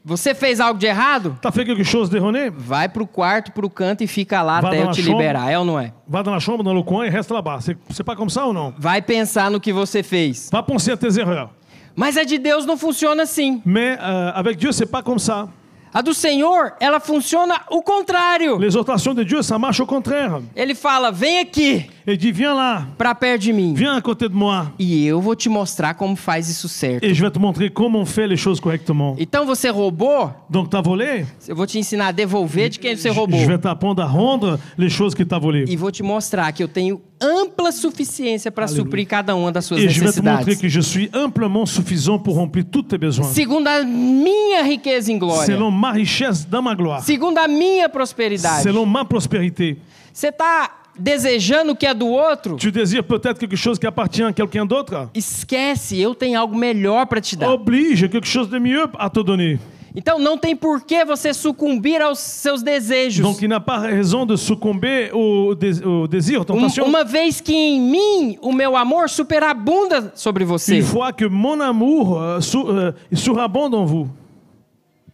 Speaker 1: Você fez algo de errado?
Speaker 2: T'as fait quelque chose d'erroné
Speaker 1: Vai pro quarto, pro canto e fica lá
Speaker 2: Vai
Speaker 1: até
Speaker 2: dar
Speaker 1: eu
Speaker 2: uma
Speaker 1: te
Speaker 2: choma.
Speaker 1: liberar, é ou não é?
Speaker 2: Va dans la chambre, dans le coin et reste là-bas. C'est c'est pas comme ça ou non
Speaker 1: Vai pensar no que você fez.
Speaker 2: Va penser à tes erreurs.
Speaker 1: Mas a de Deus não funciona assim.
Speaker 2: Mais euh, avec Dieu, c'est pas comme ça.
Speaker 1: A do Senhor, ela funciona o contrário.
Speaker 2: L'exhortation de Dieu, ça marche au contraire.
Speaker 1: Ele fala: vem aqui,
Speaker 2: et dit, viens là,
Speaker 1: para perto de mim.
Speaker 2: viens à côté de moi,
Speaker 1: E eu vou te mostrar como faz isso certo.
Speaker 2: et je vais te montrer comment on fait les choses correctement.
Speaker 1: Então você roubou,
Speaker 2: Donc t'as volé,
Speaker 1: eu vou te ensinar a devolver de quem você roubou.
Speaker 2: je vais t'apprendre à rendre les choses que t'as volées.
Speaker 1: E vou te mostrar que eu tenho ampla suficiência para suprir cada uma das suas
Speaker 2: Et je vais te montrer
Speaker 1: necessidades.
Speaker 2: que je suis amplement suffisant pour remplir tous tes besoins.
Speaker 1: Segundo a minha riqueza em glória.
Speaker 2: Selon ma richesse dans ma gloire.
Speaker 1: Segundo a minha prosperidade.
Speaker 2: Selon ma prospérité.
Speaker 1: Você está desejando o que é do outro?
Speaker 2: Tu désires peut-être quelque chose qui appartient à quelqu'un d'autre
Speaker 1: Esquece, eu tenho algo melhor para te dar.
Speaker 2: Oblige quelque chose de mieux à te donner.
Speaker 1: Então não tem por que você sucumbir aos seus desejos.
Speaker 2: Donc il n'a pas raison de succomber au, dés- au désir,
Speaker 1: Um-
Speaker 2: tentation.
Speaker 1: uma vez que em mim o meu amor superabunda sobre você.
Speaker 2: Une fois que mon amour euh, sou- euh, surabonde en vous,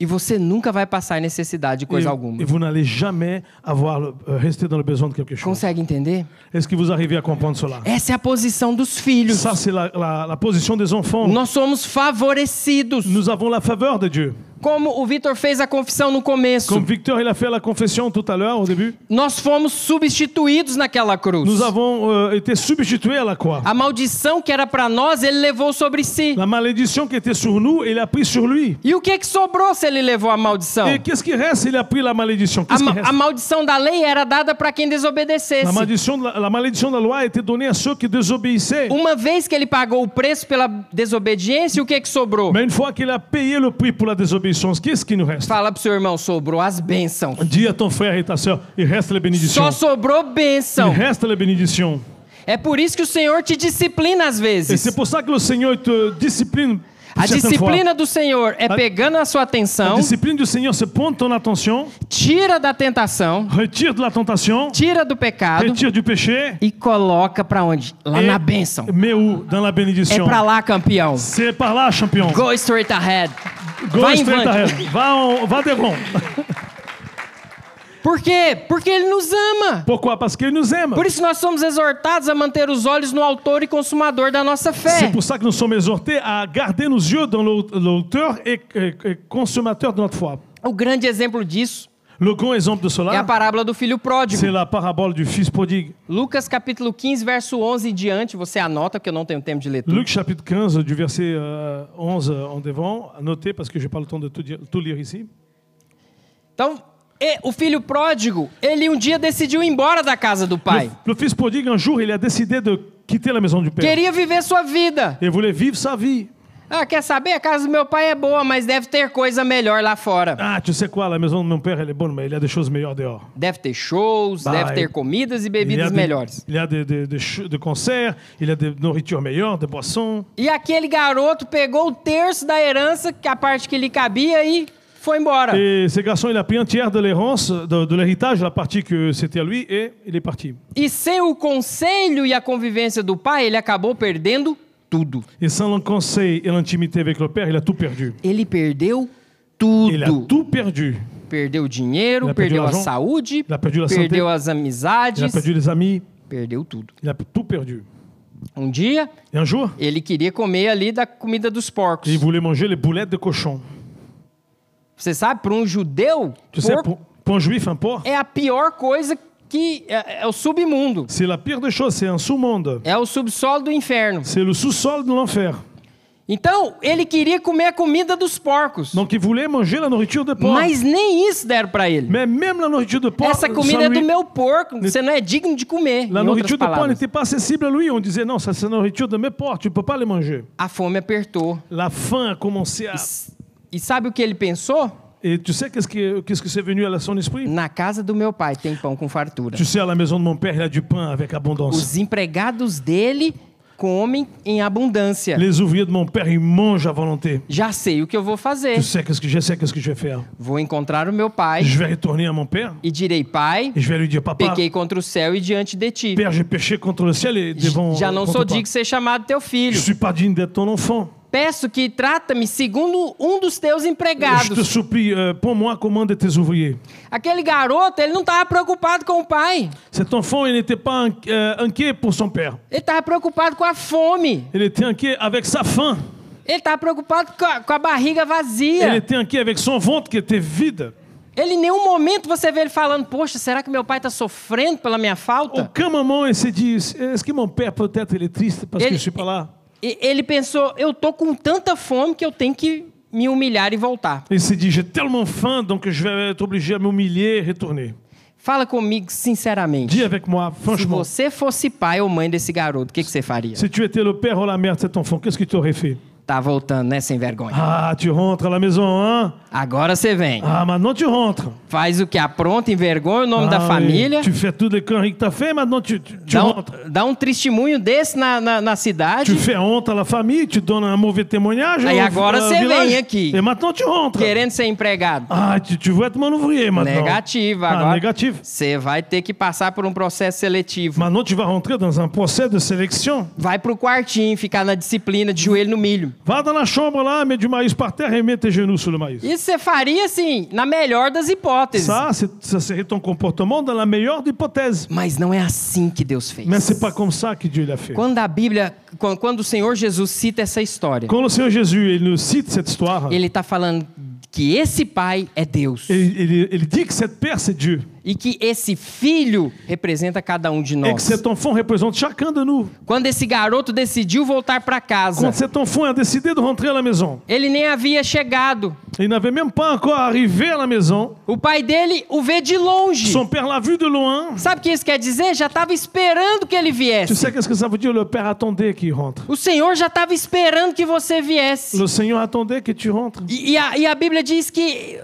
Speaker 1: E você nunca vai passar necessidade de
Speaker 2: et,
Speaker 1: coisa alguma.
Speaker 2: et vous n'allez jamais avoir le- euh, rester dans le besoin de quelque chose.
Speaker 1: Consegue entender?
Speaker 2: Est-ce que vous arrivez à comprendre cela
Speaker 1: Essa é a posição dos filhos.
Speaker 2: Ça, c'est la- la- la position des enfants.
Speaker 1: Nós somos favorecidos.
Speaker 2: Nous avons la faveur de Dieu.
Speaker 1: Como o Vitor fez a confissão no começo.
Speaker 2: Comme Victor, il a fait la confession tout à l'heure, au début.
Speaker 1: Nós fomos substituídos naquela cruz.
Speaker 2: Nous avons euh, été substitués à la croix.
Speaker 1: A maldição que era para nós, ele levou sobre si.
Speaker 2: La malédiction qui était sur nous, il a pris sur lui.
Speaker 1: E o que que sobrou se ele levou a maldição?
Speaker 2: Et qu'est-ce qui reste Il a pris la malédiction.
Speaker 1: A,
Speaker 2: Qu'est-ce qui
Speaker 1: ma- a
Speaker 2: reste
Speaker 1: maldição da lei era dada para quem desobedecesse.
Speaker 2: la malédiction, de la, la malédiction de la loi a été donnée à ceux qui désobéissaient.
Speaker 1: Uma vez que ele pagou o preço pela desobediência, o que que sobrou?
Speaker 2: Mais une fois qu'il a payé le prix pour la désobéissance, qu'est-ce qui nous reste
Speaker 1: Fala pro seu irmão, sobrou as bênçãos.
Speaker 2: Dis à ton frère et ta sœur, il reste les bénédictions.
Speaker 1: Só sobrou
Speaker 2: Il
Speaker 1: bênção.
Speaker 2: reste les bénédictions.
Speaker 1: É por isso que o Senhor te disciplina às
Speaker 2: Et
Speaker 1: vezes.
Speaker 2: c'est pour ça que le Seigneur te discipline.
Speaker 1: A
Speaker 2: certaines fois.
Speaker 1: disciplina do Senhor é pegando a sua atenção,
Speaker 2: La discipline du Seigneur, c'est prendre ton attention,
Speaker 1: tira da tentação,
Speaker 2: retire de la tentation,
Speaker 1: tira do pecado
Speaker 2: retire du péché
Speaker 1: e coloca para onde? Lá
Speaker 2: Et-
Speaker 1: na bênção.
Speaker 2: Mais où Dans la
Speaker 1: É
Speaker 2: bénédiction.
Speaker 1: pra lá, campeão.
Speaker 2: C'est par là, champion.
Speaker 1: Go straight ahead.
Speaker 2: Go
Speaker 1: Vai em
Speaker 2: straight
Speaker 1: frente.
Speaker 2: ahead. Va, en- va devant.
Speaker 1: Por quê? Porque ele nos ama.
Speaker 2: Pourquoi Parce qu'il nous aime.
Speaker 1: Por isso nós somos exortados a manter os olhos no autor e consumador da nossa fé.
Speaker 2: C'est pour ça que nous sommes exhortés à garder nos yeux dans l'aut- l'auteur et, et- et consommateur de notre foi.
Speaker 1: O grande exemplo disso
Speaker 2: Le grand exemple de
Speaker 1: é a
Speaker 2: cela,
Speaker 1: parábola do filho
Speaker 2: c'est
Speaker 1: pródigo.
Speaker 2: la parabole du fils prodigue.
Speaker 1: Lucas capítulo 15, verso 11 em diante, você anota porque eu não tenho tempo de ler tudo.
Speaker 2: Luc chapitre 15, du verset euh, 11 en devant. Notez parce que je n'ai pas le temps de tout, dire- tout lire ici.
Speaker 1: Então, e- o filho pródigo, ele um dia decidiu ir embora da casa do
Speaker 2: Le,
Speaker 1: pai.
Speaker 2: le fils prodigue, un jour, il a décidé de quitter la maison du père.
Speaker 1: Queria viver sua vida.
Speaker 2: Et voulait vivre sa vie.
Speaker 1: Ah, quer saber? A casa do meu pai é boa, mas deve ter coisa melhor lá fora.
Speaker 2: Ah, tu sais quoi, la maison de mon père, elle est bonne, mais il y a des choses meilleures dehors.
Speaker 1: Deve ter shows,
Speaker 2: Bah,
Speaker 1: deve ter
Speaker 2: e-
Speaker 1: comidas e
Speaker 2: Il y a
Speaker 1: bebidas
Speaker 2: des-
Speaker 1: melhores.
Speaker 2: Il y a des, des- des ch- des concerts, il y a des nourritures meilleures, des boissons.
Speaker 1: E aquele garoto pegou o terço da herança, que a parte que lhe cabia, e foi embora. E,
Speaker 2: Et ce garçon, il a pris un tiers de l'hérence, de, de l'héritage, la partie que c'était à lui, et il est parti.
Speaker 1: sem o conselho e a convivência do pai, ele acabou perdendo tudo.
Speaker 2: Et sans le conseil et l'intimité avec le père, il a tout perdu.
Speaker 1: Ele perdeu tudo.
Speaker 2: Il a tout perdu.
Speaker 1: Perdeu o dinheiro,
Speaker 2: Ele
Speaker 1: perdeu
Speaker 2: perdeu
Speaker 1: a
Speaker 2: a João.
Speaker 1: saúde,
Speaker 2: Ele perdeu
Speaker 1: perdeu
Speaker 2: a saúde.
Speaker 1: as
Speaker 2: Il a
Speaker 1: amizades,
Speaker 2: perdu les amis,
Speaker 1: perdeu tudo.
Speaker 2: il a tout perdu.
Speaker 1: Um dia,
Speaker 2: Et un jour,
Speaker 1: ele queria comer ali da comida dos porcos.
Speaker 2: il voulait manger les boulettes de cochon.
Speaker 1: Você sabe, para um judeu,
Speaker 2: Tu sais,
Speaker 1: porco
Speaker 2: pour, pour un juif, un porc,
Speaker 1: é a pior coisa que é, é o submundo.
Speaker 2: c'est la pire des choses, c'est un sous-monde.
Speaker 1: É o subsolo do inferno.
Speaker 2: C'est le sous-sol de l'enfer.
Speaker 1: Então, ele queria comer a comida dos porcos.
Speaker 2: Donc il voulait manger la nourriture de porc.
Speaker 1: Mas nem isso deram para ele.
Speaker 2: Mais même la nourriture de porc,
Speaker 1: Essa
Speaker 2: ça
Speaker 1: comida é
Speaker 2: lui-
Speaker 1: do meu porco, você não é digno de comer.
Speaker 2: la
Speaker 1: em outras
Speaker 2: nourriture de porc
Speaker 1: palavras.
Speaker 2: n'était pas accessible à lui. On disait non, ça c'est la nourriture de mes porcs, tu ne peux pas les manger.
Speaker 1: A fome apertou.
Speaker 2: La faim a commencé à...
Speaker 1: E sabe o que ele pensou?
Speaker 2: Et tu sais qu'est-ce que qu'est-ce que c'est venu à son esprit
Speaker 1: Na casa do meu pai tem pão com fartura.
Speaker 2: Tu sais, à la maison de mon père, il y a du pain avec abondance.
Speaker 1: Os empregados dele comem em abundância.
Speaker 2: Les ouvriers de mon père, ils mangent à volonté.
Speaker 1: Já sei o que eu vou fazer.
Speaker 2: Tu sais qu'est-ce que je sais, qu'est-ce que je vais faire.
Speaker 1: Vou encontrar o meu pai
Speaker 2: Je vais retourner à mon père
Speaker 1: e direi: Pai,
Speaker 2: et je vais lui dire, papa,
Speaker 1: pequei contra o céu e diante de ti.
Speaker 2: père, j'ai péché contre le ciel et devant...
Speaker 1: Já não
Speaker 2: contre
Speaker 1: sou
Speaker 2: toi.
Speaker 1: digno de ser chamado teu
Speaker 2: Je
Speaker 1: filho.
Speaker 2: suis pas digne d'être ton enfant.
Speaker 1: Peço que trata-me segundo um dos teus
Speaker 2: Je te
Speaker 1: empregados.
Speaker 2: supplie, euh, prends-moi commande de tes ouvriers.
Speaker 1: Aquele garoto, ele não estava preocupado com o pai.
Speaker 2: Cet enfant, il n'était pas inqui- euh, inquiet pour son père.
Speaker 1: Ele estava preocupado com a fome.
Speaker 2: Il était inquiet avec sa faim.
Speaker 1: Ele estava preocupado com a, com a barriga
Speaker 2: Il
Speaker 1: vazia.
Speaker 2: était inquiet avec son ventre qui était vide.
Speaker 1: Ele Ele, em nenhum momento você vê ele falando, poxa, será que meu pai está sofrendo pela minha falta?
Speaker 2: Aucun moment il se dit est-ce que mon père peut-être il est triste parce que
Speaker 1: Et-
Speaker 2: je suis pas là
Speaker 1: E- ele pensou, eu tô com tanta fome que eu tenho que me humilhar e voltar.
Speaker 2: Il s'est dit j'ai tellement faim donc je vais être obligé à m'humilier et retourner.
Speaker 1: Fala comigo sinceramente.
Speaker 2: Dis avec moi
Speaker 1: Se
Speaker 2: franchement,
Speaker 1: você fosse pai ou mãe desse garoto, o que, que você faria?
Speaker 2: si tu étais le père ou la mère de cet enfant, qu'est-ce que tu aurais fait
Speaker 1: Tá voltando, né? Sem vergonha.
Speaker 2: Ah, tu rentres à la maison, hein
Speaker 1: Agora você vem.
Speaker 2: Ah, maintenant tu rentres.
Speaker 1: Faz o que apronta, envergonha o nome da
Speaker 2: Ah,
Speaker 1: família.
Speaker 2: oui, Tu fais toutes les conneries que tu as fait, maintenant tu, tu, tu
Speaker 1: Dá um,
Speaker 2: rentres.
Speaker 1: dá um testemunho desse na, na, na cidade,
Speaker 2: Tu fais honte à la famille, tu donnes un mauvais témoignage.
Speaker 1: Aí
Speaker 2: au-
Speaker 1: agora
Speaker 2: au
Speaker 1: você
Speaker 2: village,
Speaker 1: vem aqui.
Speaker 2: Et maintenant tu rentres.
Speaker 1: querendo ser empregado.
Speaker 2: Ah, tu, tu veux être mon ouvrier maintenant.
Speaker 1: Negativo
Speaker 2: Ah,
Speaker 1: agora.
Speaker 2: négatif.
Speaker 1: Você vai ter que passar por um processo seletivo.
Speaker 2: Maintenant tu vas rentrer dans un procès de sélection.
Speaker 1: Vai pro quartinho, ficar na disciplina de joelho no milho.
Speaker 2: Va dans la chambre là, mets du maïs par terre et mets tes genoux sur le maïs.
Speaker 1: Isso você faria, assim, na melhor das hipóteses.
Speaker 2: Ça, c'est- ça serait ton comportement dans la meilleure des hypothèses.
Speaker 1: Mas não é assim que Deus fez.
Speaker 2: Mais c'est pas comme ça que Dieu l'a fait.
Speaker 1: Quando a Bíblia, quan- quando o Senhor Jesus cita essa história,
Speaker 2: Quand le Seigneur Jésus il nous cite cette histoire,
Speaker 1: ele está falando que esse pai é Deus
Speaker 2: et il, il dit que cette paire c'est Dieu
Speaker 1: e que esse filho representa cada um de
Speaker 2: et É que
Speaker 1: nós.
Speaker 2: cet enfant représente chacun de nous.
Speaker 1: Quando esse garoto decidiu voltar para casa,
Speaker 2: Quand cet enfant a décidé de rentrer à la maison,
Speaker 1: ele nem havia chegado.
Speaker 2: il n'avait même pas encore arrivé à la maison.
Speaker 1: O pai dele o vê de longe.
Speaker 2: Son père l'a vu de loin.
Speaker 1: Sabe o que isso quer dizer? Já estava esperando que ele
Speaker 2: Tu
Speaker 1: viesse.
Speaker 2: sais qu'est-ce que ça veut dire Le père attendait qu'il rentre.
Speaker 1: O Senhor já estava esperando que você viesse.
Speaker 2: Le Seigneur attendait que tu rentres.
Speaker 1: E, e a, e a Bíblia diz que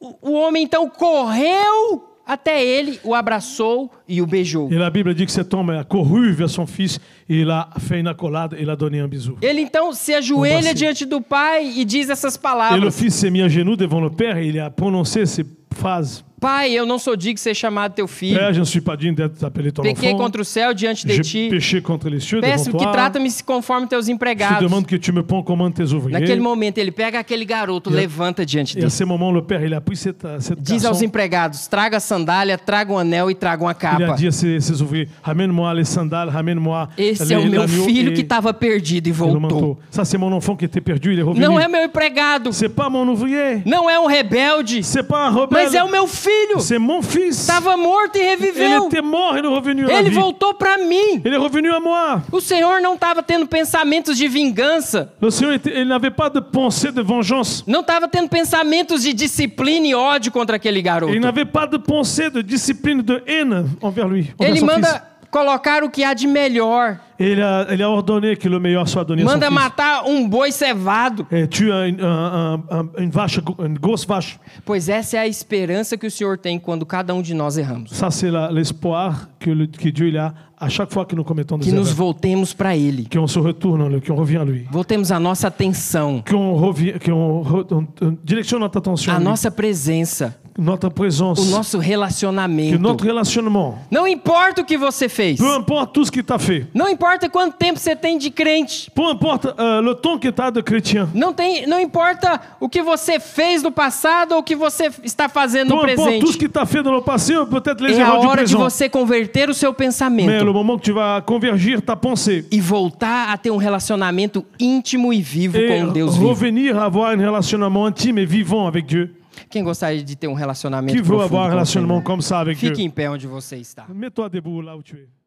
Speaker 1: o, o homem então correu até ele, o abraçou e o beijou.
Speaker 2: Et la Bible dit que cet homme a couru vers son fils et il a fait une accolade et il a donné un bisou.
Speaker 1: Ele então se ajoelha
Speaker 2: Vacilo.
Speaker 1: diante do pai e diz essas
Speaker 2: Et le
Speaker 1: palavras:
Speaker 2: fils s'est mis à genoux devant le père et il a prononcé ces phrases.
Speaker 1: Pai, eu não sou digno de ser chamado teu filho.
Speaker 2: Père, je ne suis pas digne d'être appelé ton
Speaker 1: Pequei
Speaker 2: enfant.
Speaker 1: contra o céu diante de
Speaker 2: J'ai
Speaker 1: ti.
Speaker 2: péché contre les cieux devant
Speaker 1: Péssimo que
Speaker 2: toi.
Speaker 1: trata-me se conforme teus
Speaker 2: Je
Speaker 1: empregados.
Speaker 2: demande que tu me prends comme un de tes
Speaker 1: Naquele
Speaker 2: ouvriers.
Speaker 1: momento, ele pega aquele garoto, levanta diante
Speaker 2: Et
Speaker 1: dele.
Speaker 2: à ce moment, le père, il a pris cette, euh, cette
Speaker 1: Diz aos
Speaker 2: garçon,
Speaker 1: empregados: traga a sandália, traga um anel e traga uma
Speaker 2: il a
Speaker 1: capa.
Speaker 2: dit à ses, ses ouvriers, ramène-moi les sandales, ramène-moi
Speaker 1: Esse é
Speaker 2: les-
Speaker 1: o meu
Speaker 2: l'agneau
Speaker 1: filho
Speaker 2: et-
Speaker 1: que estava perdido e
Speaker 2: et le
Speaker 1: voltou.
Speaker 2: manteau. Ça, c'est mon enfant qui était perdu, il est revenu.
Speaker 1: Não é meu empregado,
Speaker 2: C'est pas mon ouvrier,
Speaker 1: não é um rebelde,
Speaker 2: c'est pas un rebelle,
Speaker 1: mas é o meu filho.
Speaker 2: c'est mon fils.
Speaker 1: Estava morto e
Speaker 2: Il
Speaker 1: reviveu.
Speaker 2: était mort, il est revenu à la
Speaker 1: Ele
Speaker 2: vie.
Speaker 1: voltou para mim.
Speaker 2: Il est revenu à moi.
Speaker 1: O Senhor não estava tendo pensamentos de vingança,
Speaker 2: Le Seigneur, était- il n'avait pas de pensée de vengeance.
Speaker 1: não estava tendo pensamentos de disciplina e ódio contra aquele garoto.
Speaker 2: Il
Speaker 1: Ele,
Speaker 2: n'avait pas de pensée de discipline, de haine envers lui.
Speaker 1: é
Speaker 2: envers son
Speaker 1: manda
Speaker 2: fils.
Speaker 1: colocar o que há de melhor,
Speaker 2: Et il a, il a ordonné que le meilleur soit donné à son
Speaker 1: manda
Speaker 2: fils.
Speaker 1: matar um boi cevado.
Speaker 2: Et tu as une, un- un- un- une vache, une grosse vache.
Speaker 1: Pois essa é a esperança que o Senhor tem quando cada um de nós erramos.
Speaker 2: Ça, c'est la- l'espoir que, le- que Dieu il a à chaque fois que nous commettons des
Speaker 1: Que nos
Speaker 2: erreurs.
Speaker 1: voltemos para Ele,
Speaker 2: Qu'on se retourne, en lui, qu'on revient à lui.
Speaker 1: voltemos a nossa atenção,
Speaker 2: Qu'on revient, qu'on re- on- on directionne notre attention à
Speaker 1: a
Speaker 2: lui.
Speaker 1: nossa presença,
Speaker 2: notre présence,
Speaker 1: o nosso
Speaker 2: que
Speaker 1: relacionamento.
Speaker 2: notre relationnement.
Speaker 1: Não importa o que você fez,
Speaker 2: Peu importe tout ce que tu as fait.
Speaker 1: não importa quanto tempo você tem de crente.
Speaker 2: Peu importe euh, le temps que tu as de chrétien.
Speaker 1: Não, tem, não importa o que você fez no passado ou o que você está fazendo
Speaker 2: Peu
Speaker 1: no
Speaker 2: importe tout ce
Speaker 1: presente.
Speaker 2: que tu as fait dans le passé ou peut-être les
Speaker 1: É a
Speaker 2: erreurs du
Speaker 1: hora de
Speaker 2: présent.
Speaker 1: você então. converter o seu
Speaker 2: Mais
Speaker 1: pensamento
Speaker 2: le moment que tu vas convergir ta pensée
Speaker 1: e voltar a ter um relacionamento íntimo e vivo
Speaker 2: et
Speaker 1: com um Deus vivo.
Speaker 2: revenir à avoir un relationnement intime et vivant avec Dieu.
Speaker 1: Quem gostaria de ter um relacionamento
Speaker 2: Qui veut
Speaker 1: profundo
Speaker 2: avoir un
Speaker 1: com o
Speaker 2: relationnement
Speaker 1: Senhor?
Speaker 2: comme ça avec Dieu
Speaker 1: Fique em pé onde você está.
Speaker 2: Mets-toi debout là où tu es.